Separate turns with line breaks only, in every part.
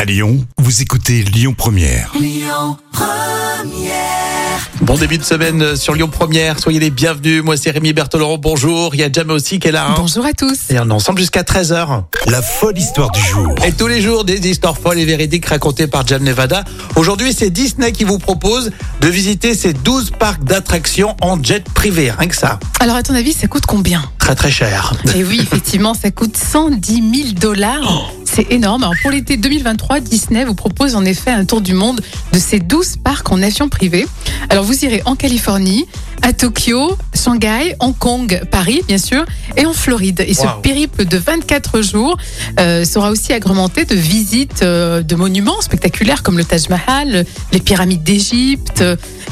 À Lyon, vous écoutez Lyon Première.
Bon début de semaine euh, sur Lyon Première. Soyez les bienvenus. Moi, c'est Rémi Bertolero. Bonjour. Il y a Jam aussi qui est là. hein.
Bonjour à tous.
Et on est ensemble jusqu'à 13h.
La folle histoire du jour.
Et tous les jours, des histoires folles et véridiques racontées par Jam Nevada. Aujourd'hui, c'est Disney qui vous propose de visiter ces 12 parcs d'attractions en jet privé. Rien que ça.
Alors à ton avis, ça coûte combien
Très, très cher.
Et oui, effectivement, ça coûte 110 000 dollars. C'est énorme. Alors, pour l'été 2023, Disney vous propose en effet un tour du monde de ces 12 parcs en avion privé. Alors vous irez en Californie, à Tokyo, Shanghai, Hong Kong, Paris bien sûr, et en Floride. Et ce
Waouh.
périple de 24 jours euh, sera aussi agrémenté de visites euh, de monuments spectaculaires comme le Taj Mahal, les pyramides d'Égypte.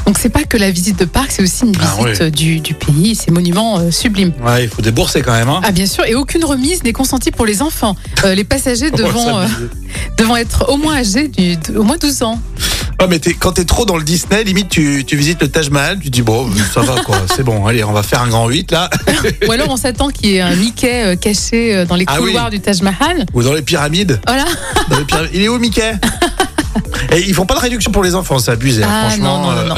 Donc c'est pas que la visite de parc, c'est aussi une
Ah
visite euh, du, du pays, ces monuments euh, sublimes.
Ouais, il faut débourser quand même. Hein.
Ah bien sûr, et aucune remise n'est consentie pour les enfants. Euh, les
Oh,
passagers devront, euh, devront être au moins âgés du, de- au moins 12 ans.
Ouais, Ah, mais t'es- quand t'es trop dans le Disney, limite, tu, tu visites le Taj Mahal, tu te dis, bon, ça va quoi, c'est bon, allez, on va faire un grand 8 là.
Ou alors on s'attend qu'il y ait un Mickey euh, caché euh, dans les
Ah oui.
couloirs du Taj Mahal.
Ou dans les pyramides.
Voilà.
Dans les pyramides. Il est où Mickey Et ils font pas de réduction pour les enfants, c'est abusé. hein,
Ah non,
franchement,
non, non,
euh,
non.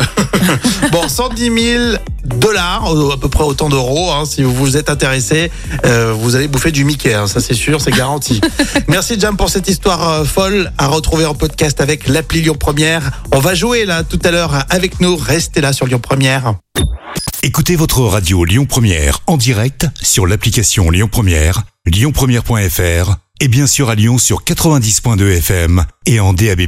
Bon, 110 000 dollars, euh, à peu près autant d'euros. hein, si vous êtes intéressé, euh, vous allez bouffer du Mickey, hein, ça c'est sûr, c'est garanti. Merci Jam pour cette histoire euh, folle à retrouver en podcast avec l'appli Lyon Première. On va jouer là tout à l'heure avec nous. Restez là sur Lyon Première.
Écoutez votre radio Lyon Première en direct sur l'application Lyon Première, lyonpremière.fr et bien sûr à Lyon sur 90.2 FM et en DAB+.